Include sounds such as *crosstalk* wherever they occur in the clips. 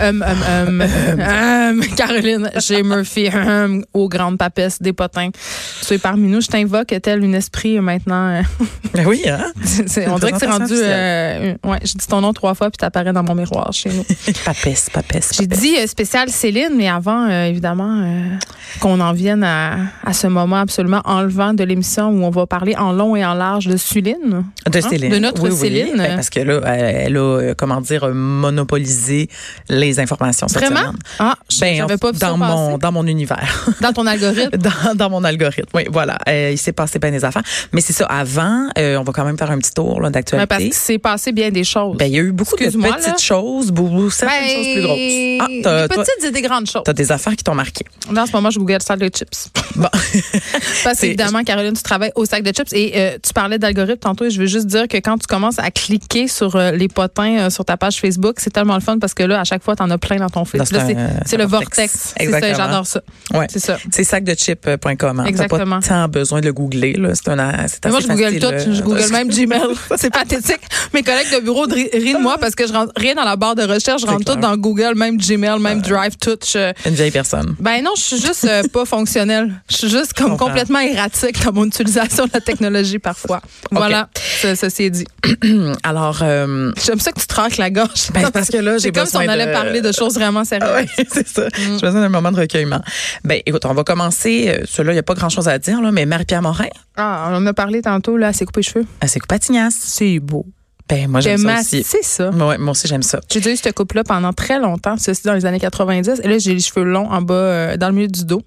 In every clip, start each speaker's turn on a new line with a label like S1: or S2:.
S1: Hum,
S2: *laughs*
S1: hum, hum. Hum, Caroline chez Murphy, hum, aux grandes papesses des potins. Tu es parmi nous. Je t'invoque tel un esprit euh, maintenant. euh, *laughs*
S2: Ben oui, hein?
S1: c'est- on dirait que c'est
S2: Présentation
S1: rendu. euh, euh, ouais, je dis ton nom trois fois puis t'apparais dans mon miroir chez
S2: *laughs*
S1: nous.
S2: Papesse, papesse.
S1: J'ai dit euh, spécial Céline, mais avant, euh, évidemment, euh, qu'on en vienne à, à ce moment absolument enlevant de l'émission où on va parler en long et en large de Suline.
S2: De
S1: hein,
S2: Céline.
S1: de notre
S2: Oui, oui.
S1: Céline.
S2: Ben, parce que là, elle, elle a, euh, comment dire, euh, monopolisé les informations cette
S1: Vraiment?
S2: semaine.
S1: Ah, je
S2: Ben,
S1: j'avais
S2: en-
S1: pas vu ça
S2: dans
S1: passer.
S2: mon, dans mon univers. *laughs*
S1: Dans ton algorithme.
S2: dans, dans mon algorithme. Oui, voilà. Euh, il s'est passé bien des affaires. Mais c'est ça, avant, euh, on va quand même faire un petit tour là,
S1: Ouais, parce
S2: d'actualité.
S1: qu'il s'est passé bien des choses.
S2: Ben, il y a eu beaucoup de petites
S1: Excuse-moi, là. Ben,
S2: choses, beaucoup, certaines choses plus grosses. Ah, t'as-
S1: des
S2: toi,
S1: petites et des grandes choses.
S2: t'as des affaires qui t'ont marqué.
S1: Là, en ce moment, je google sac de
S2: *laughs*
S1: chips.
S2: Bon.
S1: *laughs* Parce
S2: C'est-
S1: qu'évidemment, Caroline, tu travailles au sac de chips et euh, tu parlais d'algorithme tantôt et je veux juste dire que quand tu commences à cliquer sur euh, les potins euh, sur ta page Facebook, c'est tellement le fun parce que là, à chaque fois, t'en as plein dans ton fil.
S2: Dans
S1: Là,
S2: un-
S1: c'est c'est le vortex.
S2: vortex.
S1: C'est ça,
S2: Exactement.
S1: j'adore ça.
S2: Ouais.
S1: C'est ça.
S2: C'est sacdechip.com. Hein. T'as
S1: Exactement.
S2: pas tant besoin de le googler. Là. C'est un, c'est
S1: Mais
S2: assez
S1: Moi, je google
S2: facile,
S1: tout.
S2: euh,
S1: Je
S2: de-
S1: google même Gmail. *laughs* C'est pathétique. Mes collègues de bureau ri- rient de moi parce que je rentre rien dans la barre de recherche. Je
S2: C'est
S1: rentre tout
S2: clair.
S1: dans Google, même Gmail, même Drive, tout. Je-
S2: Une vieille personne.
S1: Ben non, je suis juste euh, pas fonctionnelle. Je suis juste comme
S2: comprends.
S1: complètement erratique dans mon utilisation de la technologie parfois. Voilà, ce- ceci est dit. Mm.
S2: Alors, euh, *laughs*
S1: J'aime ça que tu traques la gorge.
S2: Ben, c'est parce que
S1: *laughs*
S2: là,
S1: C'est
S2: j'ai
S1: comme si on
S2: besoin
S1: allait
S2: de-
S1: parler de choses vraiment
S2: Ah
S1: sérieuses.
S2: ouais, c'est
S1: Mm.
S2: ça. J'ai besoin d'un moment de recueillement. Ben, écoute, on va commencer. euh, Cela, il n'y a pas grand-chose à dire, là, mais Marie-Pierre Morin, euh,
S1: Ah, on en a parlé tantôt, là, c'est coupé les cheveux.
S2: elle s'est coupée à Tignasse.
S1: C'est beau.
S2: Ben, moi, j'aime ça aussi. Mm.
S1: C'est ça.
S2: Ouais, moi aussi, j'aime ça.
S1: J'ai déjà eu ce couple-là pendant très longtemps, ceci dans les années 90. Et là, j'ai les cheveux longs en bas, euh, dans le milieu du dos.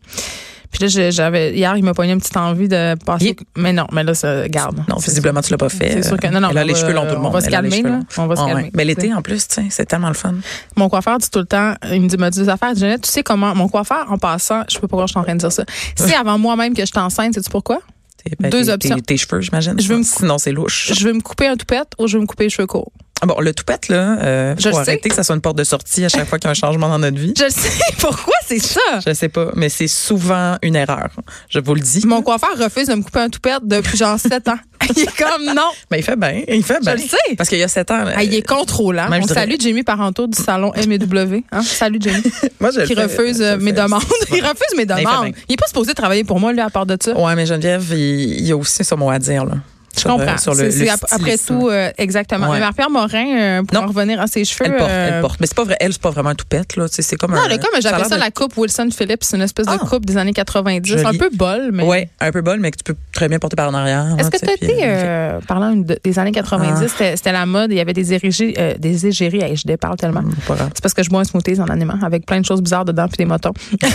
S1: Puis là, je- j'avais hier, il m'a pogné une petite envie de passer.
S2: Yeah.
S1: Mais non, mais là, ça garde.
S2: Non, visiblement, tu l'as pas fait. euh,
S1: C'est sûr que- non, non,
S2: Elle a
S1: on
S2: les
S1: va-
S2: cheveux longs, tout le
S1: on
S2: monde.
S1: va se
S2: Elle a les
S1: calmer,
S2: cheveux
S1: là.
S2: longs.
S1: On va se
S2: Ah ouais.
S1: calmer.
S2: Ben, l'été, en plus, tu sais, c'est tellement le fun.
S1: Mon coiffeur dit tout le temps, il me dit, m'a dit des affaires. Jeannette, tu sais comment, mon coiffeur, en passant, je sais pas pourquoi je suis en train de dire ça. C'est avant moi-même que je suis enceinte, sais-tu pourquoi?
S2: T'es- ben,
S1: Deux
S2: t'es-
S1: options.
S2: Tes, tes cheveux, j'imagine.
S1: Je veux me cou-
S2: Sinon, c'est louche.
S1: Je vais me couper un toupette ou je vais me couper les cheveux courts.
S2: Ah Bon, le toupette, là, euh,
S1: Je
S2: faut
S1: le sais.
S2: arrêter que ça soit une porte de sortie à chaque fois qu'il y a un changement dans notre vie.
S1: Je le sais, *laughs* pourquoi c'est ça?
S2: Je sais pas, mais c'est souvent une erreur. Je vous le dis.
S1: Mon coiffeur refuse de me couper un toupette depuis genre 7 ans. *laughs* il est comme non.
S2: Mais il fait bien. Il fait bien.
S1: le sais.
S2: Parce qu'il y a sept ans.
S1: Ah, il est contrôlant.
S2: Moi, Ben, je
S1: On
S2: dirais-
S1: salue Jimmy Parenteau du salon MW. Hein? Salut Jimmy.
S2: Moi, *laughs* je le
S1: qui
S2: fais-
S1: refuse
S2: je le
S1: euh, mes
S2: fais aussi.
S1: demandes. *laughs* il refuse mes
S2: fait
S1: demandes.
S2: bien.
S1: Il est pas supposé travailler pour moi, lui, à part de ça.
S2: Ouais, mais Geneviève, il, il y a aussi son mot à dire, là.
S1: Je comprends.
S2: Sur
S1: C'est-
S2: le,
S1: c'est
S2: le
S1: ap- après
S2: stylisme.
S1: tout, euh, exactement. Mais
S2: Ouais.
S1: Marie-Pierre Morin, euh, pour
S2: Non.
S1: en revenir à ses cheveux.
S2: Elle porte, elle
S1: euh,
S2: porte. Mais c'est pas vrai, elle, c'est pas vraiment tout pète, là. Tu sais, c'est comme
S1: Non,
S2: un.
S1: elle a comme, j'appelle
S2: a
S1: ça
S2: l'air
S1: la coupe Wilson Phillips, c'est une espèce
S2: Ah.
S1: de coupe des années 90.
S2: Joli.
S1: Un peu bol,
S2: de-
S1: mais.
S2: Ouais, un peu bol, mais que tu peux très bien porter par en arrière.
S1: Est-ce
S2: hein,
S1: que
S2: tu
S1: tu as
S2: sais, puis,
S1: été,
S2: euh,
S1: euh, parlant de- des années 90,
S2: Ah.
S1: c'était- c'était la mode, il y avait des érigés, euh, des égéries, Hey, je déparle tellement.
S2: Mm, pas grave.
S1: C'est parce que je bois un smoothie en animant, avec plein de choses bizarres dedans, puis des motons. *laughs*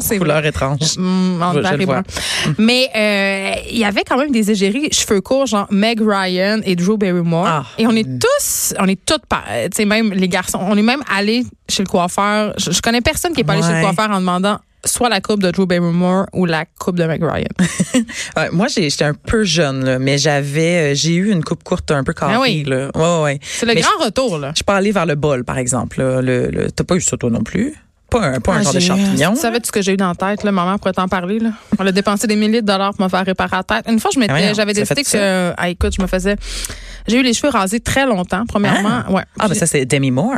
S1: c'est vrai.
S2: Couleur étrange.
S1: Mm, en
S2: Je- je
S1: vert
S2: le
S1: et
S2: vois.
S1: blanc. Mais euh, il y avait quand même des égéries cheveux courts, genre Meg Ryan et Drew Barrymore.
S2: Ah.
S1: Et on est tous, on est toutes, pa- euh, tu sais, même les garçons, on est même allés chez le coiffeur. Je, je connais personne qui est pas allé chez le
S2: Ouais.
S1: coiffeur en demandant soit la coupe de Drew Barrymore ou la coupe de Meg Ryan.
S2: Ouais, moi, j'ai- j'étais un peu jeune, là, mais j'avais, euh, j'ai eu une coupe courte un peu carrée,
S1: Ah oui.
S2: là. Ouais, ouais, ouais.
S1: C'est le
S2: Mais
S1: grand retour, là.
S2: Je suis pas allée vers le bol, par exemple. là. Le, le- T'as pas eu ça, toi, non plus? Pas un, pas un
S1: Ah,
S2: genre de
S1: j'ai-
S2: champignon.
S1: Tu savais ce que j'ai eu dans la tête, là, maman pourrait t'en parler. Là. On a dépensé des milliers de dollars pour me faire réparer la tête. Une fois, je m'étais,
S2: Ah ouais,
S1: j'avais
S2: tu l'as
S1: décidé
S2: fait
S1: que, euh, ah, écoute, je me faisais, j'ai eu les cheveux rasés très longtemps. Premièrement, ouais.
S2: Ah, ben ça, c'est Demi Moore.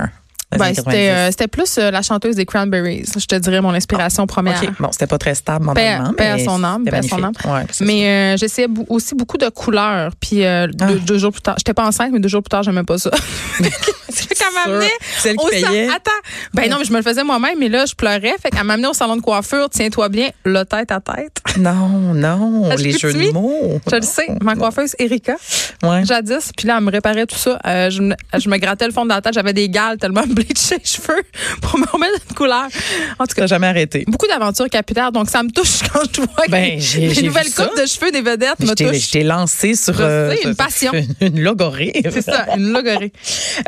S2: dans les
S1: Ben,
S2: années
S1: c'était
S2: 90.
S1: euh, c'était plus euh, la chanteuse des Cranberries, je te dirais mon inspiration première.
S2: Ah, OK. Bon, c'était pas très stable mentalement.
S1: Paix- paix à
S2: mais
S1: son âme,
S2: c'était
S1: paix à son
S2: magnifique. Ouais, c'est ça.
S1: Mais euh, j'essayais bou- aussi beaucoup de couleurs. Puis euh,
S2: Ah.
S1: deux, deux jours plus tard, j'étais pas enceinte, mais deux jours plus tard, j'aimais pas ça. *laughs* C'est qu'elle m'amenait
S2: Celle qui
S1: au salon.
S2: payait.
S1: Attends. Ben non, mais je me le faisais moi-même, mais là, je pleurais. Fait qu'elle m'amenait au salon de coiffure, tiens-toi bien, le tête à tête. *laughs*
S2: Non, non,
S1: Ah, je
S2: les
S1: peux
S2: jeux de
S1: tuer?
S2: mots.
S1: Je le sais, ma coiffeuse Erika,
S2: Ouais.
S1: jadis, puis là, elle me réparait tout ça. Euh, je, me, je me grattais le fond de la tête, j'avais des gales tellement *laughs* bleachées les cheveux pour me remettre une couleur. En tout cas,
S2: T'as jamais arrêté.
S1: beaucoup d'aventures capillaires, donc ça me touche *laughs* quand je vois
S2: Ben,
S1: que
S2: j'ai-
S1: les
S2: j'ai vu
S1: nouvelles
S2: ça.
S1: coupes de cheveux des vedettes me touchent.
S2: J'étais lancée sur
S1: Je
S2: euh,
S1: sais, une
S2: sur-
S1: passion.
S2: *laughs* une logorée.
S1: *laughs* C'est ça, une logorée.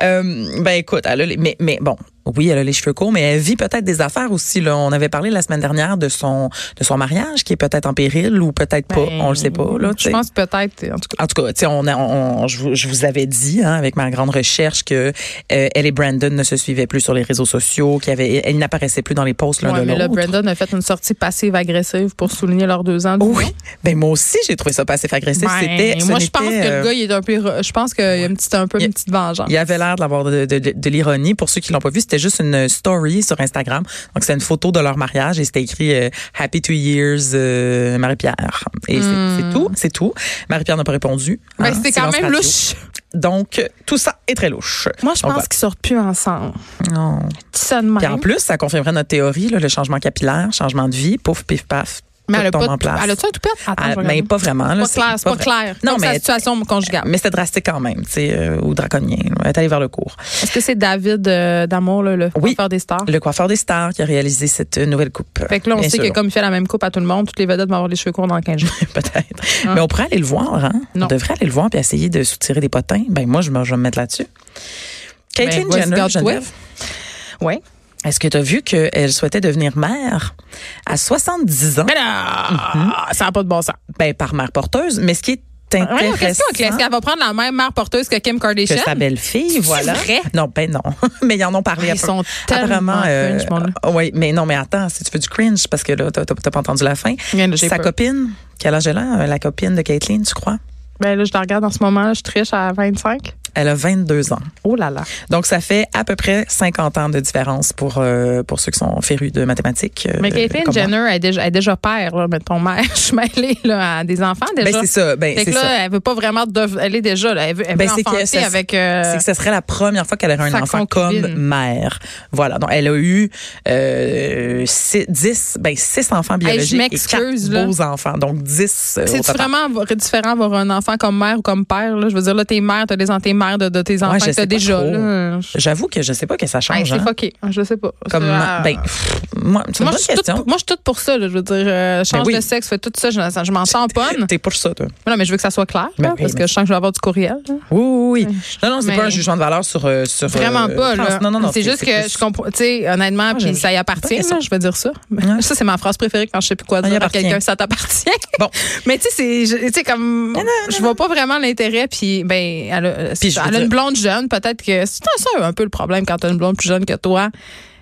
S2: Euh, ben écoute, elle a les- mais mais bon, oui, elle a les cheveux courts, mais elle vit peut-être des affaires aussi. Là. On avait parlé la semaine dernière de son de son mariage qui est peut-être en péril ou peut-être pas.
S1: Ben,
S2: on le sait pas. Là, tu
S1: Je
S2: sais.
S1: pense peut-être, en tout cas.
S2: En tout cas, tu sais, on, a- on- on- je, vous, je vous avais dit hein, avec ma grande recherche que euh, elle et Brandon ne se suivaient plus sur les réseaux sociaux, qu'il y avait, elle n'apparaissait plus dans les posts l'un
S1: Ouais,
S2: de
S1: mais là,
S2: l'autre.
S1: Brandon a fait une sortie passive-agressive pour souligner leurs deux ans.
S2: Oui, ben moi aussi j'ai trouvé ça passif agressif.
S1: Ben,
S2: C'était, ce
S1: moi, je pense
S2: n'était,
S1: que
S2: euh,
S1: le gars, il est un peu. iro- Je pense qu'il y a une petite, un peu
S2: Il-
S1: une petite vengeance.
S2: Il avait l'air d'avoir de, de- de- de l'ironie. Pour ceux qui l'ont pas vu, c'était juste une story sur Instagram. Donc c'est une photo de leur mariage et c'était écrit euh, Happy Two Years euh, Marie-Pierre. Et c'est- c'est tout, c'est tout. Marie-Pierre n'a pas répondu.
S1: Ben,
S2: hein,
S1: Hmm. c'est quand
S2: silence
S1: même
S2: radio.
S1: louche.
S2: Donc tout ça est très louche.
S1: Moi, je
S2: Donc,
S1: pense qu'ils sortent plus ensemble.
S2: voilà. Non.
S1: Dis ça de même.
S2: Puis en plus, ça confirmerait notre théorie, là, le changement capillaire, changement de vie, pouf, pif, paf.
S1: mais
S2: tout
S1: elle a
S2: tombe
S1: pas
S2: en
S1: de-
S2: place.
S1: Elle a-tu un toupette? Attends, je
S2: Ah,
S1: vais
S2: mais
S1: regarder.
S2: pas vraiment. là,
S1: ben, Pas clair, c'est pas clair.
S2: Non,
S1: Comme sa
S2: mais,
S1: situation conjugale.
S2: mais c'était drastique quand même, tu sais, euh, ou draconien. Elle est allée vers le cours.
S1: Est-ce que c'est David euh, Damour, là, le
S2: Oui.
S1: faire des stars?
S2: Le coiffeur des stars qui a réalisé cette euh, nouvelle coupe.
S1: Fait que là, on
S2: Bien
S1: sait
S2: sûr.
S1: que comme il fait la même coupe à tout le monde, toutes les vedettes vont avoir les cheveux courts dans 15 jours.
S2: *laughs* Peut-être.
S1: Hein?
S2: Mais on pourrait aller le voir, hein?
S1: Non.
S2: On devrait aller le voir puis essayer de soutirer des potins. Ben moi, je me, je vais me mettre là-dessus. Caitlyn
S1: Ben, vas-y,
S2: Jenner,
S1: garde-toi.
S2: Geneviève,
S1: Oui.
S2: est-ce que tu as vu qu'elle souhaitait devenir mère à 70 ans? Mhm.
S1: Mais Ben là, ça n'a pas de bon sens.
S2: Ben, par mère porteuse, mais ce qui est
S1: Ouais, question,
S2: intéressant...
S1: Claire, est-ce qu'elle va prendre la même mère porteuse que Kim Kardashian?
S2: que sa belle-fille, voilà.
S1: vrai? Ah,
S2: Non, ben non. *laughs* mais ils en ont parlé Ah,
S1: Ils
S2: après.
S1: sont tellement
S2: euh,
S1: cringe, ce monde-là.
S2: ah, Oui, mais non, mais attends, si tu fais du cringe, parce que là, t'as t'as- t'as pas entendu la fin.
S1: Rien de- j'ai
S2: Sa
S1: peur.
S2: copine, quel âge elle a, euh, la copine de Caitlyn, tu crois?
S1: Ben là, je la regarde en ce moment, là, je triche à 25.
S2: Elle a 22 ans.
S1: Oh là là.
S2: Donc, ça fait à peu près 50 ans de différence pour, euh, pour ceux qui sont férus de mathématiques. euh,
S1: Mais Caitlyn
S2: comme moi.
S1: Jenner, elle est déjà, elle est déjà père, là, mais ton mère, *laughs* je suis mêlée là, à des enfants déjà.
S2: Ben, c'est ça. Ben,
S1: Fait que
S2: c'est
S1: là,
S2: ça.
S1: elle veut pas vraiment. dev- Elle est déjà. Là, elle veut, elle
S2: Ben,
S1: veut
S2: c'est que
S1: enfanter
S2: ça-
S1: avec. euh,
S2: C'est que ce serait la première fois qu'elle aurait un
S1: sa
S2: enfant
S1: concubine.
S2: comme mère. Voilà. Donc, elle a eu euh, six, dix, ben, six enfants
S1: je
S2: biologiques et
S1: m'excuse,
S2: quatre
S1: là.
S2: beaux enfants. Donc, dix euh, au
S1: c'est
S2: total.
S1: vraiment vo- différent avoir un enfant comme mère ou comme père. Là. Je veux dire, là, t'es mère, t'as des en- t'es mères de, de tes enfants
S2: je
S1: que
S2: sais
S1: t'as
S2: pas
S1: déjà.
S2: trop.
S1: là.
S2: J'avoue que je sais pas que ça
S1: Hey,
S2: change.
S1: c'est
S2: hein.
S1: fucké. Ah, Je sais pas.
S2: Comme,
S1: C'est, euh,
S2: ben, pff, moi, c'est une
S1: moi,
S2: bonne
S1: je suis toute,
S2: question. Ben
S1: moi, je suis toute pour ça. là. je veux dire, euh, change
S2: oui.
S1: de sexe, fais tout ça. Je, je m'en tamponne.
S2: T'es pour ça, toi.
S1: Mais non, mais je veux que ça soit clair.
S2: Ben
S1: là,
S2: oui,
S1: parce que
S2: mais- Euh,
S1: je sens que je vais avoir du courriel. là.
S2: Oui, oui, oui. Non, non, c'est
S1: Euh, Mais-
S2: pas un jugement de valeur sur. euh, sur
S1: Vraiment
S2: euh,
S1: pas. Là.
S2: France. Non, non, non.
S1: c'est juste que
S2: plus- Ah,
S1: je comprends. Tu sais, honnêtement, puis
S2: j'aime-
S1: ça y appartient.
S2: raison.
S1: là, je veux dire ça. *laughs* Ça, c'est ma phrase préférée quand je sais plus quoi
S2: Ça y
S1: dire à
S2: Ah, appartient.
S1: quelqu'un. Ça t'appartient.
S2: *laughs* Bon.
S1: Mais tu sais, c'est- je- tu sais, comme. je vois pas vraiment l'intérêt. Puis, ben, elle a,
S2: Puis je veux
S1: elle a
S2: dire-
S1: une blonde jeune. Peut-être que. C'est ça un peu le problème quand t'as une blonde plus jeune que toi.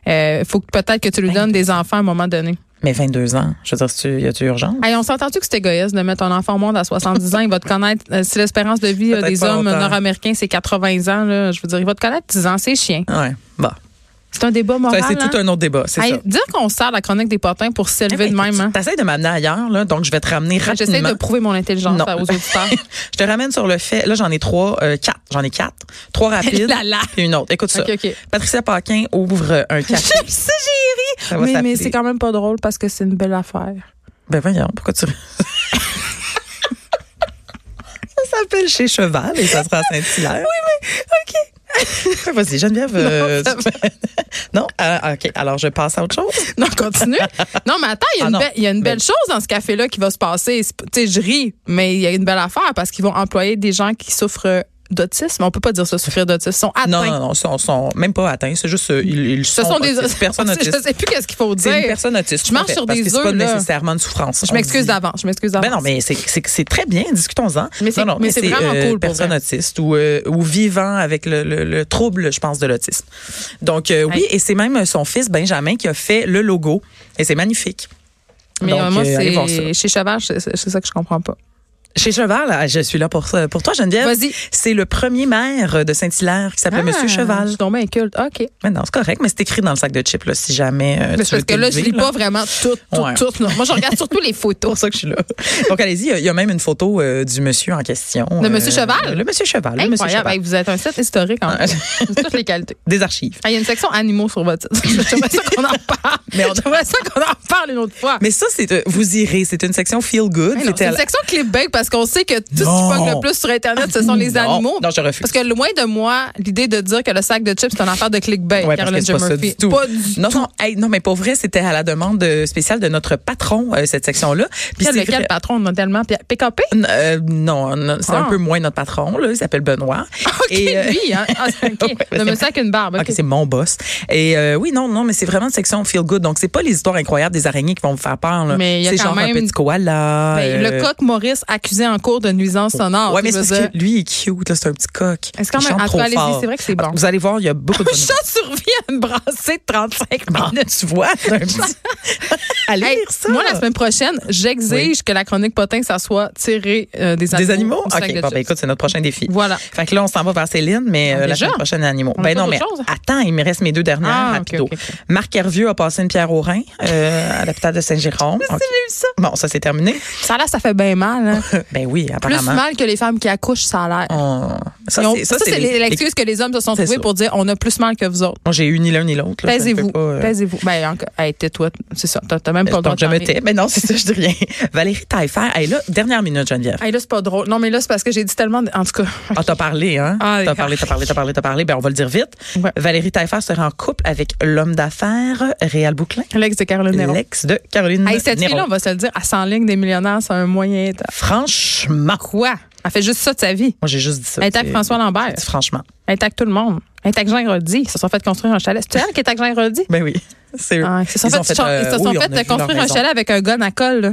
S1: Euh, faut que peut-être que tu
S2: Ben,
S1: lui donnes des enfants à un moment donné.
S2: Mais 22 ans, je veux dire, si tu- y a-tu urgence?
S1: Hey, on s'entend-tu que c'est égoïste de mettre un enfant au monde à 70 ans? Il va te connaître. euh, si l'espérance de vie euh,
S2: Peut-être
S1: des
S2: pas
S1: hommes
S2: longtemps.
S1: nord-américains, c'est 80 ans, là, je veux dire, il va te connaître 10 ans. C'est chien.
S2: Ouais. Bah.
S1: C'est un débat
S2: Ça,
S1: moral.
S2: C'est
S1: hein?
S2: tout un autre débat, c'est
S1: Hey,
S2: ça.
S1: Dire qu'on sert la chronique des potins pour s'élever
S2: Eh
S1: de
S2: ben,
S1: même.
S2: tu-
S1: hein. Ben, Ah,
S2: T'essayes de m'amener ailleurs, là, donc je vais te ramener
S1: J'essaie
S2: rapidement.
S1: de prouver mon intelligence
S2: Non.
S1: euh, aux auditeurs.
S2: *laughs* Je te ramène sur le fait, là j'en ai trois, euh, quatre, j'en ai quatre,
S1: *laughs*
S2: trois rapides
S1: Là, là.
S2: et une autre. Écoute ça.
S1: Ok, ok.
S2: Patricia Paquin ouvre euh,
S1: *laughs*
S2: un
S1: Je
S2: café.
S1: sais, j'ai
S2: *laughs*
S1: ri.
S2: Ça va
S1: Mais, mais
S2: s'appeler.
S1: c'est quand même pas drôle parce que c'est une belle affaire.
S2: Ben voyons, pourquoi tu... *laughs* ça s'appelle Chez Cheval et ça sera à Saint-Hilaire. Oui, mais OK. *laughs* Vas-y, Geneviève. euh,
S1: ça
S2: tu- *laughs* non? Ah, OK, alors je passe à autre chose.
S1: Non, continue. non, mais attends, il y a
S2: Ah,
S1: une,
S2: non.
S1: belle- il y a une
S2: Mais-
S1: belle chose dans ce café-là qui va se passer. C'est p- Tu sais, je ris, mais il y a une belle affaire parce qu'ils vont employer des gens qui souffrent euh, d'autisme. On peut pas dire ça, souffrir d'autisme. Ils sont atteints.
S2: Non, non, non, ils sont, sont même pas atteints, c'est juste, euh, ils, ils
S1: Ce
S2: sont,
S1: sont des
S2: autistes,
S1: *laughs*
S2: personnes
S1: Je
S2: autistes.
S1: sais plus qu'est-ce qu'il faut dire.
S2: C'est une personne autiste.
S1: Je
S2: tout à
S1: marche
S2: fait,
S1: sur
S2: parce
S1: des
S2: que c'est pas
S1: œufs, là.
S2: nécessairement une souffrance.
S1: Je
S2: On
S1: m'excuse
S2: dit-
S1: d'avance. Je m'excuse d'avance.
S2: Ben non, mais c'est- c'est c'est très bien, discutons-en.
S1: Mais c'est-
S2: Non, non,
S1: mais c'est vraiment cool pour
S2: Personne
S1: vrai.
S2: autiste ou, euh, ou vivant avec le, le- le trouble, je pense, de l'autisme. Donc, euh, oui,
S1: Hey.
S2: et c'est même son fils, Benjamin, qui a fait le logo. Et c'est magnifique.
S1: Mais
S2: Donc,
S1: euh, moi,
S2: euh, allez voir ça.
S1: c'est chez Chaval, c'est c'est ça que je comprends pas.
S2: Chez Cheval,
S1: ah,
S2: là, je suis là pour, ça- pour toi, Geneviève.
S1: Vas-y. Ah,
S2: C'est le premier maire de Saint-Hilaire qui s'appelait Monsieur
S1: Je
S2: Cheval.
S1: suis tombée inculte. OK.
S2: Mais non, c'est correct, mais c'est écrit dans le sac de chips, là, si jamais. euh,
S1: Mais
S2: tu
S1: c'est parce
S2: veux
S1: que là, je
S2: t'élever,
S1: lis pas vraiment tout, tout,
S2: Ouais.
S1: tout. non. Moi, je regarde surtout les
S2: pour
S1: photos.
S2: ça que *laughs* je suis là. Donc, allez-y, il y a- il y, a même une photo euh, du monsieur en question. euh,
S1: Le monsieur Cheval?
S2: Le monsieur Cheval. Le monsieur
S1: Incroyable.
S2: Cheval.
S1: Hey, vous êtes un site historique, en
S2: Ah.
S1: fait. De toutes les qualités.
S2: Des archives.
S1: Ah, Il y a une section animaux sur votre site. *laughs* J'aimerais ça qu'on
S2: *laughs*
S1: en parle.
S2: Mais on-
S1: J'aimerais ça qu'on en parle une autre fois.
S2: Mais ça, c'est euh, vous irez. C'est une section feel good.
S1: Hey, non,
S2: C'était
S1: C'est
S2: à
S1: une
S2: la-
S1: section clip bake parce parce qu'on sait que tout ce qui
S2: Non.
S1: pogne le plus sur Internet, ce sont les
S2: *laughs* Non.
S1: animaux.
S2: Non, je refuse.
S1: Parce que loin de moi, l'idée de dire que le sac de chips, c'est une affaire de clickbait,
S2: Ouais, parce que
S1: Caroline
S2: c'est
S1: J.
S2: pas ça
S1: Murphy.
S2: du tout.
S1: Pas du
S2: non, non, hey, non, mais pour vrai, c'était à la demande euh, spéciale de notre patron, euh, cette section-là. Puis
S1: Quel,
S2: c'est
S1: lequel
S2: vrai-
S1: patron on a tellement pi- PKP?
S2: *laughs* Euh, non, non, c'est un
S1: Ah.
S2: peu moins notre patron, là. Il s'appelle Benoît.
S1: OK,
S2: Et, *laughs* euh,
S1: lui, hein? Ah, c'est- OK.
S2: Ouais,
S1: Le
S2: c'est-
S1: monsieur avec une barbe.
S2: OK,
S1: OK.
S2: c'est mon boss. Et euh, oui, non, non, mais c'est vraiment une section feel good. Donc, c'est pas les histoires incroyables des araignées qui vont vous faire peur. là.
S1: Mais il y a
S2: C'est
S1: quand
S2: genre
S1: même-
S2: un petit koala.
S1: Ben,
S2: euh,
S1: Le coq Maurice accusé en cours de nuisance sonore.
S2: Ouais,
S1: tu
S2: mais
S1: veux
S2: c'est parce
S1: dire.
S2: que lui, il est cute, là. C'est un petit coq.
S1: Est-ce quand
S2: Il
S1: même-
S2: chante
S1: en tout
S2: trop
S1: cas, allez-y,
S2: fort. Ah,
S1: c'est vrai que c'est bon.
S2: Vous allez voir, il y
S1: *laughs*
S2: a beaucoup de bonnes
S1: Chat survit à une brassée de
S2: *laughs*
S1: 35
S2: Ah,
S1: minutes.
S2: tu vois, c'est un petit- à lire
S1: Hey,
S2: ça.
S1: Moi, la semaine prochaine, j'exige que la chronique potin, ça soit tiré euh, des animaux.
S2: Des animaux?
S1: du
S2: OK,
S1: sac de
S2: bon, ben,
S1: chips.
S2: écoute, c'est notre prochain défi.
S1: Voilà.
S2: Fait que là, on s'en va vers Céline, mais
S1: Ah,
S2: euh, la
S1: déjà?
S2: semaine prochaine, animaux.
S1: On a
S2: Ben
S1: pas
S2: non, mais
S1: d'autre chose?
S2: attends, il me reste mes deux dernières
S1: Ah, OK,
S2: rapido.
S1: OK, OK.
S2: Marc Hervieux a passé une pierre au rein euh, à l'hôpital
S1: *laughs*
S2: de Saint-Jérôme. OK. Bon, ça, c'est terminé. *laughs*
S1: Ça, là, ça fait bien mal. hein.
S2: Ben oui,
S1: Plus
S2: apparemment.
S1: mal que les femmes qui accouchent, ça a l'air.
S2: On- Ça,
S1: Ils ont-
S2: c'est- ça, c'est les- les-
S1: l'excuse que les hommes se sont
S2: C'est
S1: trouvés
S2: ça.
S1: pour dire on a plus mal que vous autres.
S2: Moi, j'ai eu ni l'un ni l'autre. là. Je ne peux
S1: Taisez-vous.
S2: pas, euh,
S1: Taisez-vous. Ben, encore- hey, tais-toi. C'est ça. T'as t'as même pas le droit
S2: Donc,
S1: de
S2: je me
S1: parler.
S2: tais. Mais non, c'est ça, je dis rien. Valérie Taillefer, elle est là, dernière minute, Geneviève.
S1: Hey, là, c'est pas drôle. Non, mais là, c'est parce que j'ai dit tellement. de- En tout cas. *laughs*
S2: Ah, t'as parlé, hein?
S1: Ah,
S2: t'as parlé, t'as parlé, t'as parlé, t'as parlé. Ben, on va le dire vite.
S1: Ouais.
S2: Valérie Taillefer sera en couple avec l'homme d'affaires, Réal Bouclin,
S1: L'ex de Caroline Néron.
S2: l'ex de Caroline
S1: Hey, cette
S2: Néron.
S1: fille-là, on va se le dire, elle s'enligne des millionnaires, c'est un moyen temps.
S2: Franchement.
S1: Quoi? Elle fait juste ça de sa vie.
S2: Moi, j'ai juste dit ça.
S1: Elle attaque
S2: C'est-
S1: François Lambert.
S2: c'est- Franchement.
S1: Elle attaque tout le monde. Elle attaque Jean Héroldi. Ils se sont fait construire un chalet. C'est elle qui attaque Jean Héroldi?
S2: Ben oui. *laughs* C'est eux.
S1: Ah, ils se sont
S2: Ils ont
S1: fait, chan-
S2: euh,
S1: ils se sont
S2: oui, on
S1: fait
S2: a vu leur
S1: construire un
S2: maison.
S1: chalet avec un gun à colle. là.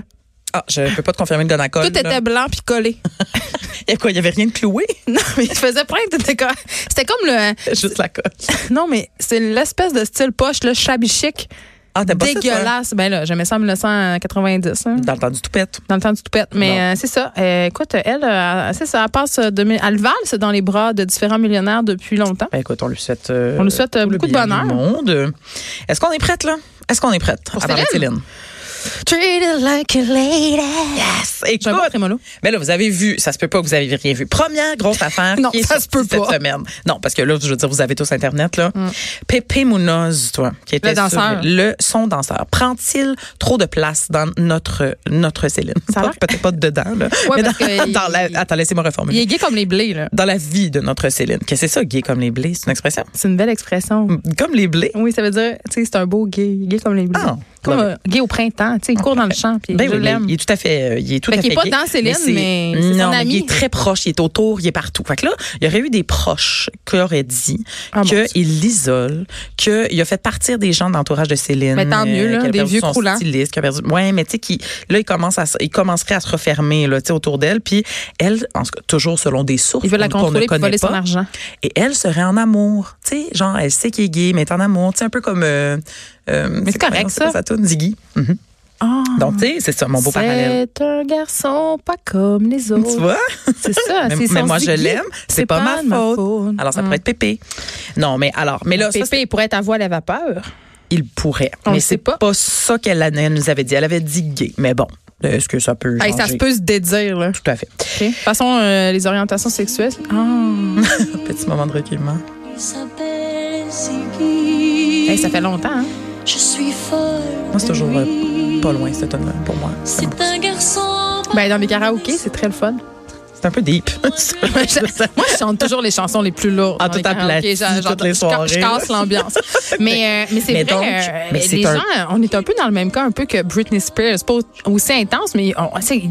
S2: Ah, je peux pas te confirmer le Donacol.
S1: Tout était blanc puis collé. *laughs*
S2: Il y a quoi? Il y avait rien de cloué? *laughs*
S1: non, mais il faisait plein de décors. C'était comme le.
S2: Juste la colle.
S1: Non, mais c'est l'espèce de style poche, le shabby chic.
S2: Ah, t'as pas fait ça? Mm.
S1: dégueulasse. Ben là, j'aimais ça en 1990. hein,
S2: Dans le temps du toupette.
S1: Dans le temps du toupette. Mais euh, c'est ça. Euh, écoute, elle, euh, c'est ça. Elle passe de. mi- Elle valse dans les bras de différents millionnaires depuis longtemps.
S2: Ben écoute, on lui souhaite, euh,
S1: On lui souhaite, euh,
S2: tout le
S1: beaucoup de
S2: bien
S1: bonheur.
S2: du monde. Est-ce qu'on est prête, là? Est-ce qu'on est prête?
S1: Pour
S2: à parler de
S1: Céline?
S2: Treat it like a lady. Yes!
S1: J'ai un bon
S2: Écoute,
S1: trémolo.
S2: Mais là, vous avez vu, ça se peut pas que vous avez rien vu. Première grosse
S1: *laughs*
S2: affaire
S1: Non,
S2: qui est
S1: ça se
S2: sortie
S1: peut
S2: cette
S1: pas. Mm.
S2: semaine. Non, parce que là, je veux dire, vous avez tous Internet, là. Pépé Munoz, toi, qui était sur
S1: danseur.
S2: le son danseur, prend-il trop de place dans notre, notre Céline?
S1: Ça a l'air-
S2: Pas- Peut-être pas dedans, là.
S1: Ouais,
S2: mais
S1: parce
S2: dans,
S1: que
S2: *laughs* dans
S1: il-
S2: la... Attends, laissez-moi
S1: Il
S2: reformuler.
S1: est gay comme les blés, là.
S2: Dans la vie de notre Céline. Qu'est-ce que c'est ça, gay comme les blés? C'est une expression?
S1: C'est une belle expression.
S2: Comme les blés?
S1: Oui, ça veut dire, tu sais, c'est un beau gay, gay comme les blés.
S2: Ah,
S1: comme
S2: love
S1: euh, gay au printemps, tu sais, il court dans le champ, puis
S2: Ben
S1: je
S2: oui, mais
S1: l'aime.
S2: il est tout à fait, euh, il est tout
S1: Fait
S2: à
S1: qu'il
S2: fait.
S1: est pas
S2: gay.
S1: dans Céline,
S2: c'est-
S1: mais c'est
S2: non,
S1: son
S2: mais
S1: ami.
S2: il est très proche, il est autour, il est partout. Fait que là, il y aurait eu des proches qui auraient dit
S1: Ah, mon Dieu.
S2: qu'il l'isole, qu'il a fait partir des gens de l'entourage de Céline.
S1: Mais tant mieux, là,
S2: qu'elle a
S1: des
S2: perdu
S1: vieux
S2: son
S1: croulants.
S2: Styliste, qu'elle a perdu- ouais, mais tu sais, qu'il- là, il commence à, se- il commencerait à se refermer, là, tu sais, autour d'elle. Puis elle, en tout cas, toujours selon des sources
S1: Il veut la
S2: qu'on- qu'on ne
S1: contrôler pour
S2: connaît
S1: voler son
S2: pas,
S1: argent.
S2: et elle serait en amour. Tu sais, genre, elle sait qu'il est gay, mais elle est en amour. Tu sais, un peu comme. euh, euh,
S1: c'est correct,
S2: comment
S1: ça.
S2: Ça tourne, Ziggy. Mhm.
S1: Ah.
S2: Donc, tu sais, c'est ça, mon beau parallèle.
S1: C'est un garçon pas comme les
S2: *laughs* Tu
S1: autres.
S2: vois?
S1: C'est ça,
S2: Mais,
S1: Ah, c'est
S2: mais
S1: son
S2: moi, je
S1: Ziggy.
S2: l'aime. C'est pas, ma,
S1: de
S2: faute. Alors, ça
S1: Hum.
S2: pourrait être Pépé. Non, mais alors, mais là, ça,
S1: Pépé, il pourrait être à voile à vapeur.
S2: c'est- il pourrait.
S1: On
S2: mais
S1: le
S2: c'est
S1: sait pas.
S2: pas. ça qu'elle elle nous avait dit. Elle avait dit gay. Mais bon, est-ce que ça peut.
S1: Hey, ça
S2: changer?
S1: se peut se dédire, là.
S2: Tout à fait.
S1: OK. De toute façon, euh, les orientations sexuelles. Ah.
S2: Petit moment de recueillement.
S3: Il s'appelle Ziggy.
S1: Hey, ça fait longtemps, hein?
S3: Je suis folle.
S2: Moi, c'est
S3: de
S2: toujours euh,
S3: lui.
S2: pas loin, cet homme pour moi.
S3: C'est un garçon.
S1: Ben, dans mes karaokés, c'est très le fun.
S2: C'est un peu deep. *laughs*
S1: Moi, je- moi, je chante toujours les chansons les plus lourdes.
S2: Ah,
S1: dans les
S2: tout
S1: karaokés.
S2: aplati,
S1: J'en- j'en-
S2: toutes les
S1: je ca- Je
S2: soirées.
S1: casse
S2: *laughs*
S1: l'ambiance. mais euh, mais c'est
S2: Mais
S1: vrai,
S2: donc,
S1: euh,
S2: mais c'est
S1: les
S2: un-
S1: gens, on est un peu dans le même cas, un peu que Britney Spears. C'est Pas aussi intense, mais on, tu sais,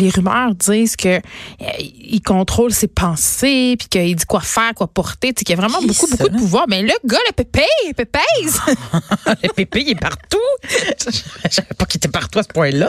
S1: les rumeurs disent que euh, il contrôle ses pensées, puis qu'il dit quoi faire, quoi porter, tu sais, qu'il y a vraiment
S2: Qui
S1: beaucoup,
S2: ça?
S1: beaucoup de pouvoir. Mais le gars, le pépé,
S2: *laughs*
S1: pépèse,
S2: Le Pépé, il est partout. *laughs* Je savais pas qu'il était partout à ce point-là.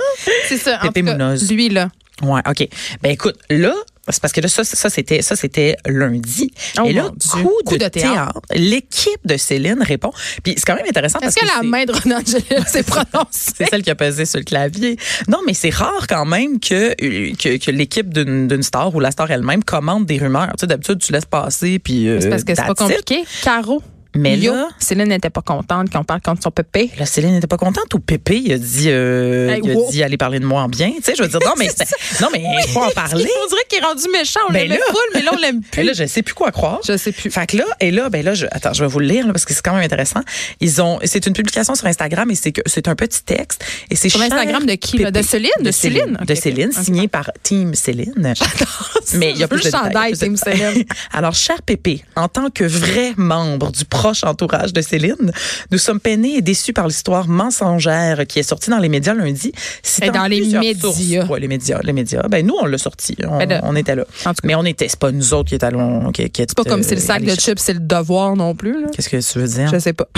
S1: c'est ça. en
S2: Pépé
S1: tout cas,
S2: Munoz.
S1: lui là.
S2: Ouais, OK. Ben écoute, là, c'est parce que là, ça, ça c'était ça c'était lundi.
S1: Oh,
S2: Et là,
S1: mon Dieu.
S2: coup, de, théâtre, l'équipe de Céline répond. Puis c'est quand même intéressant Ah, parce
S1: Est-ce que la
S2: c'est-
S1: main de Ronan Angelis
S2: *laughs*
S1: s'est prononcée?
S2: c'est celle qui a pesé sur le clavier. Non, mais c'est rare quand même que que, que l'équipe d'une d'une star ou la star elle-même commande des rumeurs. Tu sais, d'habitude tu laisses passer puis. euh,
S1: C'est parce que c'est pas
S2: that's it.
S1: compliqué. Caro.
S2: Mais
S1: Yo,
S2: là,
S1: Céline n'était pas contente quand on parle contre son pépé.
S2: la Céline n'était pas contente ou Pépé, il a dit, euh,
S1: Hey,
S2: il a
S1: wow.
S2: dit aller parler de moi en bien. Tu sais, je veux dire,
S1: *laughs*
S2: non, mais, c'est- non, mais faut en parler.
S1: On dirait qu'il est rendu méchant. On
S2: Ben
S1: l'aimait
S2: là.
S1: full, mais là, on l'aime
S2: Et
S1: plus.
S2: là, je sais plus quoi croire.
S1: Je sais plus.
S2: Fait que là, et là, ben là, je, attends, je vais vous le lire là, parce que c'est quand même intéressant. Ils ont, c'est une publication sur Instagram et c'est que c'est un petit texte et c'est
S1: Sur
S2: cher
S1: Instagram de qui, là? De
S2: Pépé.
S1: Céline?
S2: de
S1: De
S2: Céline,
S1: Céline?
S2: de
S1: Ok,
S2: Céline,
S1: ok.
S2: signé par Team Céline. *laughs* Mais il y a
S1: Je veux
S2: plus de
S1: le
S2: détails,
S1: chandail,
S2: plus de
S1: Team
S2: détails. *laughs*
S1: Céline.
S2: Alors, cher Pépé, en tant que vrai membre du proche entourage de Céline, nous sommes peinés et déçus par l'histoire mensongère qui est sortie dans les médias lundi.
S1: Et
S2: Citant
S1: dans les
S2: plusieurs
S1: médias.
S2: sources. Ouais, les médias, les médias. Ben nous, on l'a sorti. On,
S1: Ben là,
S2: on était là.
S1: en tout cas.
S2: Mais on était, c'est pas nous autres qui étaient allons- qui, qui
S1: C'est pas comme si le sac de chips, c'est le devoir non plus. Là.
S2: Qu'est-ce que tu veux dire?
S1: Je sais pas.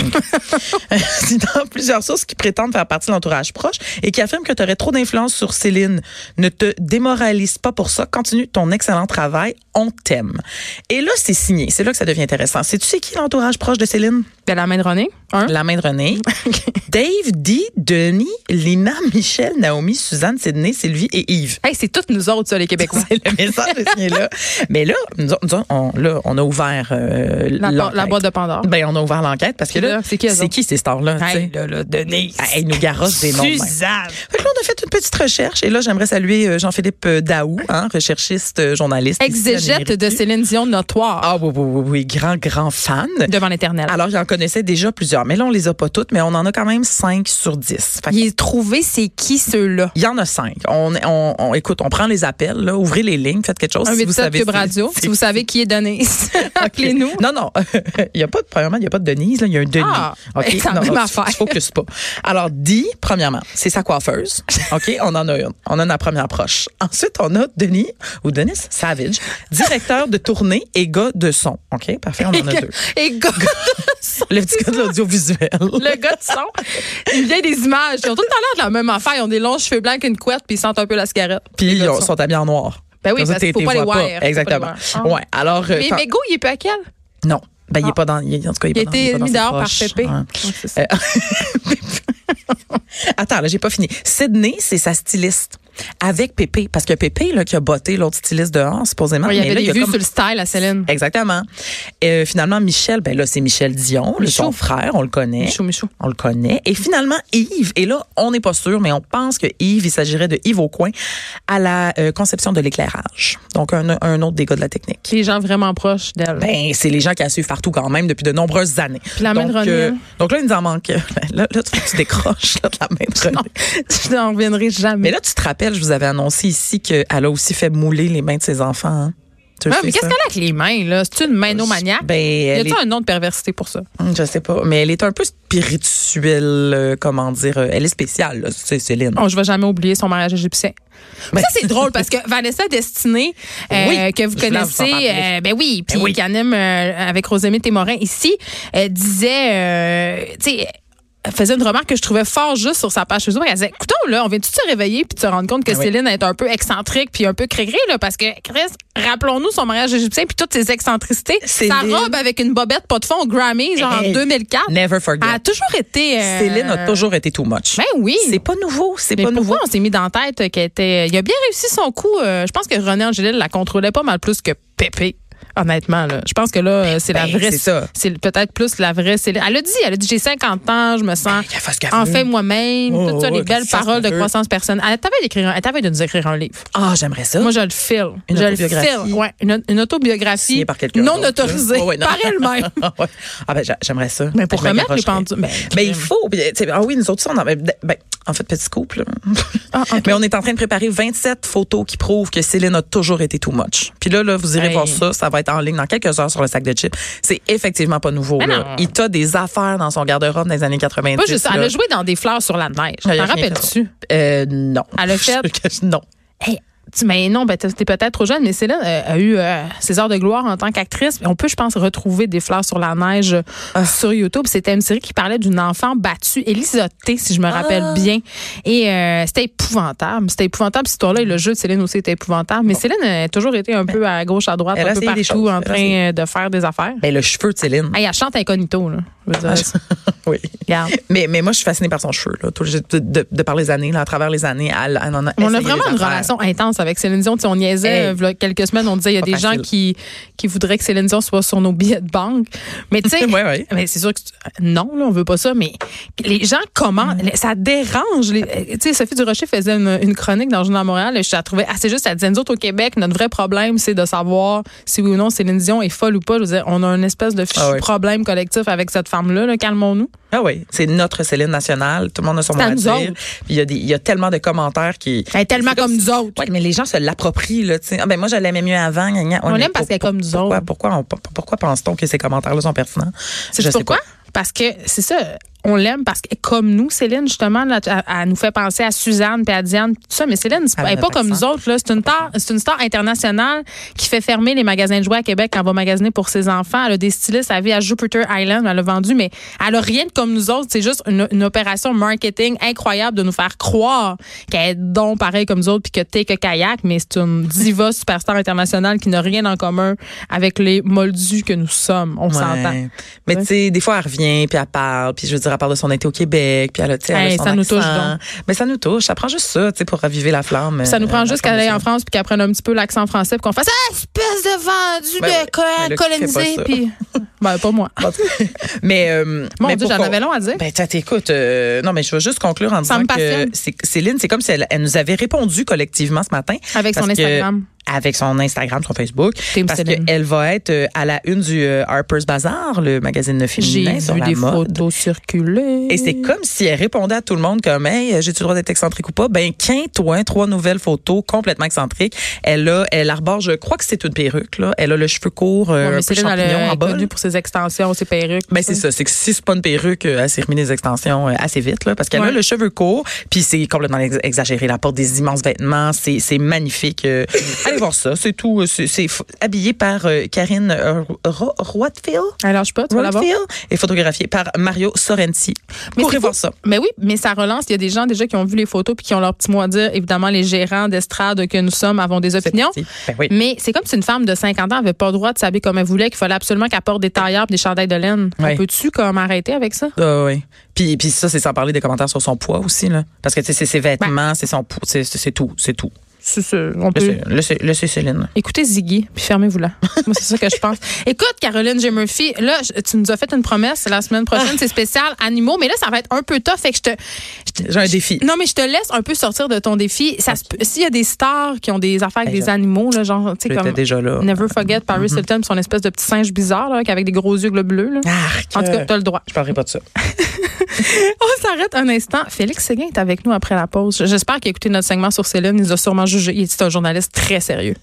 S2: *laughs* C'est dans plusieurs sources qui prétendent faire partie de l'entourage proche et qui affirment que tu aurais trop d'influence sur Céline. Ne te démoralise pas pour ça. Continue ton excellent travail. On t'aime. Et là, c'est signé. C'est là que ça devient intéressant. C'est tu sais qui l'entourage proche de Céline?
S1: *coughs* De la main de René, un.
S2: La main de *laughs* René. Dave, Dee, Denis, Lina, *laughs* Michel, Naomi, Suzanne, Sydney, Sylvie et Yves.
S1: Hey, c'est toutes nous autres, ça, les Québécois.
S2: *laughs* C'est le message est signé là. Mais là, nous autres- nous autres, on, là, on a ouvert euh,
S1: La, por- la
S2: l'enquête.
S1: boîte de Pandore.
S2: Ben, on a ouvert l'enquête parce que là,
S1: Là, c'est qui, elles
S2: c'est
S1: autres?
S2: qui ces stars-là? tu sais?
S1: Hey, là, là, Denise.
S2: Ah, Il nous garoche des noms. de même.
S1: Suzanne.
S2: Fait que là, on a fait une petite recherche et là, j'aimerais saluer euh, Jean-Philippe euh, Daou, hein, recherchiste, euh, journaliste. ici,
S1: Exégète
S2: émérite.
S1: de Céline Dion notoire
S2: Ah oui, oui, oui, oui, grand, grand fan.
S1: devant l'éternel.
S2: Alors, j'en connaissais déjà plusieurs, mais là, on les a pas toutes, mais on en a quand même 5 sur 10. Fait que
S1: Il est trouvé, c'est qui ceux-là?
S2: il y en a cinq. On, on, on- écoute, on prend les appels, là, ouvrez les lignes, faites quelque chose.
S1: Un
S2: si vous
S1: 87
S2: savez
S1: Cube
S2: c'est-
S1: Radio.
S2: c'est-
S1: Si vous savez qui est
S2: *laughs*
S1: Denise, *laughs* appelez-nous.
S2: Non, non. *laughs* il n'y a pas de, premièrement, il n'y a pas de Denise, là. Il y a un Denis.
S1: Ah, ben, c'est la
S2: Non,
S1: même
S2: tu-
S1: affaire.
S2: Tu te focuses pas. Alors, Dee, premièrement, c'est sa coiffeuse. OK? On en a une. On a la première proche. Ensuite, on a Denis, ou Denis Savage, directeur de tournée et gars de son. OK? Parfait, on en a deux.
S1: Et go-
S2: Le petit gars de l'audiovisuel.
S1: *laughs* le gars de son, il vient des images. Ils ont tout le temps l'air de la même affaire. Ils ont des longs cheveux blancs, une couette, puis ils sentent un peu la cigarette.
S2: Puis,
S1: Les gars
S2: ils
S1: de
S2: ont-
S1: son.
S2: sont habillés en noir.
S1: Ben oui,
S2: Comme ça,
S1: parce qu'il
S2: t'es-
S1: faut
S2: t'es
S1: pas les
S2: vois
S1: voir, faut pas les
S2: Exactement.
S1: voir. Ah.
S2: Ouais. Alors, euh,
S1: Mais
S2: quand-
S1: Mego, il est peu à quel?
S2: non. Ben, il est
S1: Ah.
S2: pas dans. il- en tout cas, il
S1: Il a
S2: est pas dans- il est
S1: été
S2: pas dans
S1: mis
S2: ses
S1: dehors par
S2: proches.
S1: Pépé.
S2: Ouais.
S1: Ouais, c'est ça.
S2: Euh, *laughs* Attends, là, j'ai pas fini. Sydney, c'est sa styliste. Avec Pépé. Parce que Pépé, là, qui a botté l'autre styliste dehors, supposément.
S1: Ouais, il y
S2: mais
S1: avait
S2: là,
S1: des
S2: il a
S1: vues
S2: comme-
S1: sur le style à Céline.
S2: Exactement. Euh, finalement, Michel, ben là, c'est Michel Dion, le
S1: Michou.
S2: son frère, on le connaît.
S1: Michou, Michou.
S2: On le connaît. Et finalement, Yves. Et là, on n'est pas sûr, mais on pense que Yves, il s'agirait de Yves Aucoin à la euh, conception de l'éclairage. Donc, un, un autre dégât de la technique.
S1: Les gens vraiment proches d'elle. *laughs*
S2: Ben, c'est les gens qui la suivent partout quand même depuis de nombreuses années.
S1: la main de
S2: donc, euh,
S1: René, hein?
S2: donc là, il nous en manque. *laughs* Là, là, tu, tu décroches là, de la main
S1: *laughs*
S2: de René.
S1: Je n'en reviendrai jamais.
S2: Mais là, tu te rappelles, je vous avais annoncé ici qu'elle a aussi fait mouler les mains de ses enfants. hein. Tu
S1: Ah,
S2: sais
S1: mais qu'est-ce
S2: ça?
S1: qu'elle a avec les mains, là? C'est-tu une manomaniaque?
S2: Ben,
S1: Y
S2: elle
S1: a-t-il
S2: est- Hmm,
S1: un nom de perversité pour ça?
S2: je sais pas, mais elle est un peu spirituelle, euh, comment dire, euh, elle est spéciale, là, tu sais, Céline.
S1: Oh, je vais jamais oublier son mariage égyptien.
S2: Ben-
S1: Ça, c'est drôle parce que Vanessa Destinée, euh,
S2: Oui,
S1: que vous
S2: je voulais vous
S1: connaissez,
S2: en parler.
S1: euh, ben oui, puis
S2: Ben oui.
S1: qui anime euh, avec Rosemée Témorin ici, elle disait, euh, tu sais, elle faisait une remarque que je trouvais fort juste sur sa page Facebook. Elle disait, écoute, là, on vient-tu de se réveiller puis de se rendre compte que
S2: Ah oui.
S1: Céline est un peu excentrique puis un peu crégrée, là, parce que, Chris, rappelons-nous son mariage égyptien puis toutes ses excentricités. Sa
S2: Céline-
S1: robe avec une bobette pas de fond au Grammy, genre
S2: Hey,
S1: en 2004.
S2: Never forget.
S1: Elle a toujours été. euh,
S2: Céline a toujours été too much.
S1: Ben oui.
S2: C'est pas nouveau, c'est
S1: Mais
S2: pas nouveau.
S1: pourquoi on s'est mis dans la tête euh, qu'elle était. Il a bien réussi son coup. euh, je pense que René Angélil la contrôlait pas mal plus que Pépé. Honnêtement, là. je pense que là, euh, c'est
S2: Ben,
S1: la vraie.
S2: c'est ça.
S1: C'est peut-être plus la vraie Céline. Elle a dit, elle a dit, j'ai 50 ans, je me sens
S2: qu'elle fasse ce qu'elle
S1: enfin
S2: veut.
S1: moi-même.
S2: Oh,
S1: Toutes ça,
S2: oh,
S1: les
S2: qu'elle
S1: belles
S2: fasse ce
S1: paroles de
S2: qu'elle veut.
S1: croissance personnelle. Elle t'avait d'écrire, un- elle t'avait de nous écrire un livre.
S2: Ah, j'aimerais ça.
S1: Moi, je le file.
S2: Une
S1: je le
S2: autobiographie.
S1: file. Ouais, une, une autobiographie
S2: Signée par quelqu'un
S1: non
S2: d'autre, là.
S1: autorisée
S2: Oh, ouais, non.
S1: par
S2: *laughs*
S1: elle-même.
S2: Ouais. ah ben j'a- j'aimerais ça.
S1: Mais pour
S2: Je me
S1: remettre les
S2: garocherais.
S1: pendules. Ben,
S2: Ben, il faut. Puis, tu sais, Ah oui, nous autres, ça, on en, ben, ben, en fait, petit couple. *laughs*
S1: Ah, ok.
S2: Mais on est en train de préparer 27 photos qui prouvent que Céline a toujours été too much. Puis là, là vous irez
S1: Hey.
S2: voir ça. Ça va être en ligne dans quelques heures sur le sac de chips. C'est effectivement pas nouveau.
S1: Mais
S2: là.
S1: Ben non.
S2: Il t'a des affaires dans son garde-robe des années 90.
S1: Pas juste ça. Elle
S2: là.
S1: a joué dans des fleurs sur la neige.
S2: Elle Ah, a
S1: T'en
S2: rien fait.
S1: rappelles-tu?
S2: Euh, non.
S1: Elle
S2: *laughs*
S1: a fait-
S2: Je- non.
S1: Hey, tu, mais non, ben, t'es t'es peut-être trop jeune, mais Céline euh, a eu euh, ses heures de gloire en tant qu'actrice. On peut, je pense, retrouver des fleurs sur la neige euh,
S2: Ah.
S1: sur YouTube. C'était une série qui parlait d'une enfant battue, Elisa T, si je me rappelle
S2: Ah.
S1: bien. Et euh, c'était épouvantable. C'était épouvantable cette histoire-là. Et le jeu de Céline aussi était épouvantable. Mais Céline euh, a toujours été un peu à gauche, à droite,
S2: Ben, elle a
S1: un peu
S2: essayé des
S1: partout
S2: choses.
S1: en
S2: Elle a
S1: train
S2: essayé.
S1: euh, de faire des affaires.
S2: Ben, le cheveu de Céline.
S1: Hey, elle chante incognito, là. Je veux dire,
S2: *laughs* Oui.
S1: Regarde.
S2: Mais, mais moi, je suis fascinée par son cheveu, là, Tout- de, de- de par les années, là, à travers les années. elle- elle en a
S1: On a
S2: essayé
S1: vraiment
S2: des
S1: une
S2: affaires.
S1: relation intense avec Céline Dion. Tu sais, on niaisait
S2: Hey.
S1: euh, v'là quelques semaines, on disait il y a
S2: Pas
S1: des gens
S2: facile.
S1: qui, qui voudraient que Céline Dion soit sur nos billets de banque. Mais tu sais,
S2: *laughs* Ouais, ouais.
S1: mais c'est sûr que tu- non, là, on veut pas ça, mais les gens comment
S2: Mm.
S1: ça dérange. les- euh, Tu sais, Sophie Durocher faisait une, une chronique dans le Journal de Montréal, et je la trouvais assez juste. Elle disait, nous autres au Québec, notre vrai problème, c'est de savoir si oui ou non Céline Dion est folle ou pas. Je veux dire, on a une espèce de fichu
S2: Ah ouais.
S1: problème collectif avec cette femme-là, là. calmons-nous.
S2: Ah oui, c'est notre Céline nationale. Tout le monde a son
S1: C'est
S2: mot
S1: à
S2: à
S1: nous
S2: dire.
S1: autres.
S2: Puis il y, a des- il y a tellement de commentaires qui.
S1: Elle est tellement
S2: C'est
S1: comme nous autres.
S2: Ouais, mais les gens se l'approprient là. tu sais. Ah, ben moi, je l'aimais mieux avant. gna, gna. Ouais,
S1: On
S2: mais
S1: l'aime parce
S2: pour-
S1: qu'elle est comme nous
S2: Pourquoi,
S1: autres.
S2: pourquoi, on- pourquoi pense-t-on que ces commentaires-là sont pertinents
S1: C'est pourquoi? Parce que c'est ça. On l'aime parce que, comme nous, Céline, justement, là, elle, elle nous fait penser à Suzanne puis à Diane, puis tout ça. Mais Céline, c'est pas-
S2: Elle a
S1: elle est pas
S2: notre
S1: comme nous
S2: accent.
S1: autres. là. C'est une, star- c'est une star internationale qui fait fermer les magasins de jouets à Québec quand elle va magasiner pour ses enfants. Elle a des stylistes. Elle vit à Jupiter Island. Elle a vendu, mais elle a rien de comme nous autres. C'est juste une, une opération marketing incroyable de nous faire croire qu'elle est donc pareil comme nous autres puis que t'es que kayak. Mais c'est une diva superstar internationale qui n'a rien en commun avec les moldus que nous sommes. On s'entend.
S2: Ouais. Mais
S1: Ouais.
S2: tu sais, des fois, elle revient, puis elle parle, puis je veux dire, elle parle de son été au Québec, puis elle a, tu sais, elle a
S1: Hey,
S2: son
S1: ça nous touche
S2: accent.
S1: donc.
S2: Mais ça nous touche. Ça prend juste ça, tu sais, pour raviver la flamme.
S1: Puis ça nous
S2: euh,
S1: prend
S2: la
S1: juste
S2: flamme
S1: qu'elle
S2: de
S1: aille
S2: ça.
S1: en France puis qu'elle prenne un petit peu l'accent français puis qu'on fasse ah, espèce de vendu
S2: Ben oui,
S1: de co-
S2: mais là, qui fait
S1: colonisé
S2: pas ça.
S1: puis
S2: *laughs*
S1: ben pas moi.
S2: Mais, euh,
S1: Mon
S2: mais
S1: Dieu,
S2: pour
S1: j'en
S2: qu'on-
S1: avais long à dire.
S2: Ben, t'as- t'écoutes. euh, non, mais je veux juste conclure en
S1: Ça
S2: disant
S1: me
S2: que
S1: passionne.
S2: c'est- Céline, c'est comme si elle, elle nous avait répondu collectivement ce matin.
S1: Avec son
S2: parce que-
S1: Instagram.
S2: avec son Instagram, son Facebook.
S1: Team
S2: Parce
S1: Céline.
S2: qu'elle va être euh, à la une du euh, Harper's Bazaar, le magazine
S1: J'ai
S2: féminin ben, sur
S1: vu
S2: la
S1: des
S2: mode.
S1: photos circuler.
S2: Et c'est comme si elle répondait à tout le monde comme Hey, euh, j'ai-tu le droit d'être excentrique ou pas? Ben, quintouin, trois nouvelles photos complètement excentriques. Elle a, elle arbore, je crois que c'est une perruque, là. Elle a le cheveu court, euh,
S1: Ouais, mais
S2: un peu
S1: Céline, elle
S2: champignon en
S1: est
S2: bas.
S1: connue pour ses extensions, ses perruques.
S2: Ben, c'est ça. C'est que si c'est pas une perruque, euh, elle s'est remis des extensions euh, assez vite, là. Parce qu'elle a
S1: Ouais.
S2: le cheveu court, puis c'est complètement ex- exagéré. Elle porte des immenses vêtements. C'est, c'est magnifique.
S1: *laughs*
S2: Euh, allez voir ça. C'est tout. euh, C'est, c'est f- habillé par euh, Karine euh, Ro- Roitfield.
S1: Alors je sais pas, tu vas la voir.
S2: Roitfield? Et photographié par Mario Sorrenti.
S1: Mais
S2: Courez
S1: c'est
S2: voir
S1: fou.
S2: ça.
S1: Mais oui, mais ça relance. Il y a des gens déjà qui ont vu les photos puis qui ont leur petit mot à dire. Évidemment, les gérants d'estrade que nous sommes avons des opinions.
S2: parti. Ben oui.
S1: Mais c'est comme si une femme de 50 ans avait pas le droit de s'habiller comme elle voulait, qu'il fallait absolument qu'elle porte des tailleurs, puis des chandails de laine.
S2: Ouais.
S1: On peut-tu comme arrêter avec ça?
S2: Ah oui. Puis, puis ça, c'est sans parler des commentaires sur son poids aussi. Là. Parce que tu sais, c'est ses vêtements, c'est son poids, c'est- c'est c'est tout, c'est tout.
S1: C'est ça. On
S2: Là,
S1: peut.
S2: c'est- Là, c'est là, c'est Céline.
S1: Écoutez Ziggy, puis fermez-vous là. *laughs* Moi, c'est ça que je pense. Écoute, Caroline J. Murphy, là, je- tu nous as fait une promesse la semaine prochaine, c'est spécial animaux, mais là, ça va être un peu tough. Fait que je te. je te-
S2: J'ai un défi.
S1: Non, mais je te laisse un peu sortir de ton défi. Ça se peut- S'il y a des stars qui ont des affaires avec
S2: Ben,
S1: des
S2: je-
S1: animaux, là, genre, tu sais,
S2: J'étais
S1: comme.
S2: déjà Mhm. là.
S1: Never forget Paris Hilton, son espèce de petit singe bizarre, là, avec des gros yeux globuleux, là.
S2: Arc.
S1: En tout cas, t'as le droit.
S2: je parlerai pas de ça.
S1: Ah, euh. *laughs* On s'arrête un instant. Félix Séguin est avec nous après la pause. J'espère qu'il a écouté notre segment sur Céline. Il nous a sûrement jugé. Il est un journaliste très sérieux.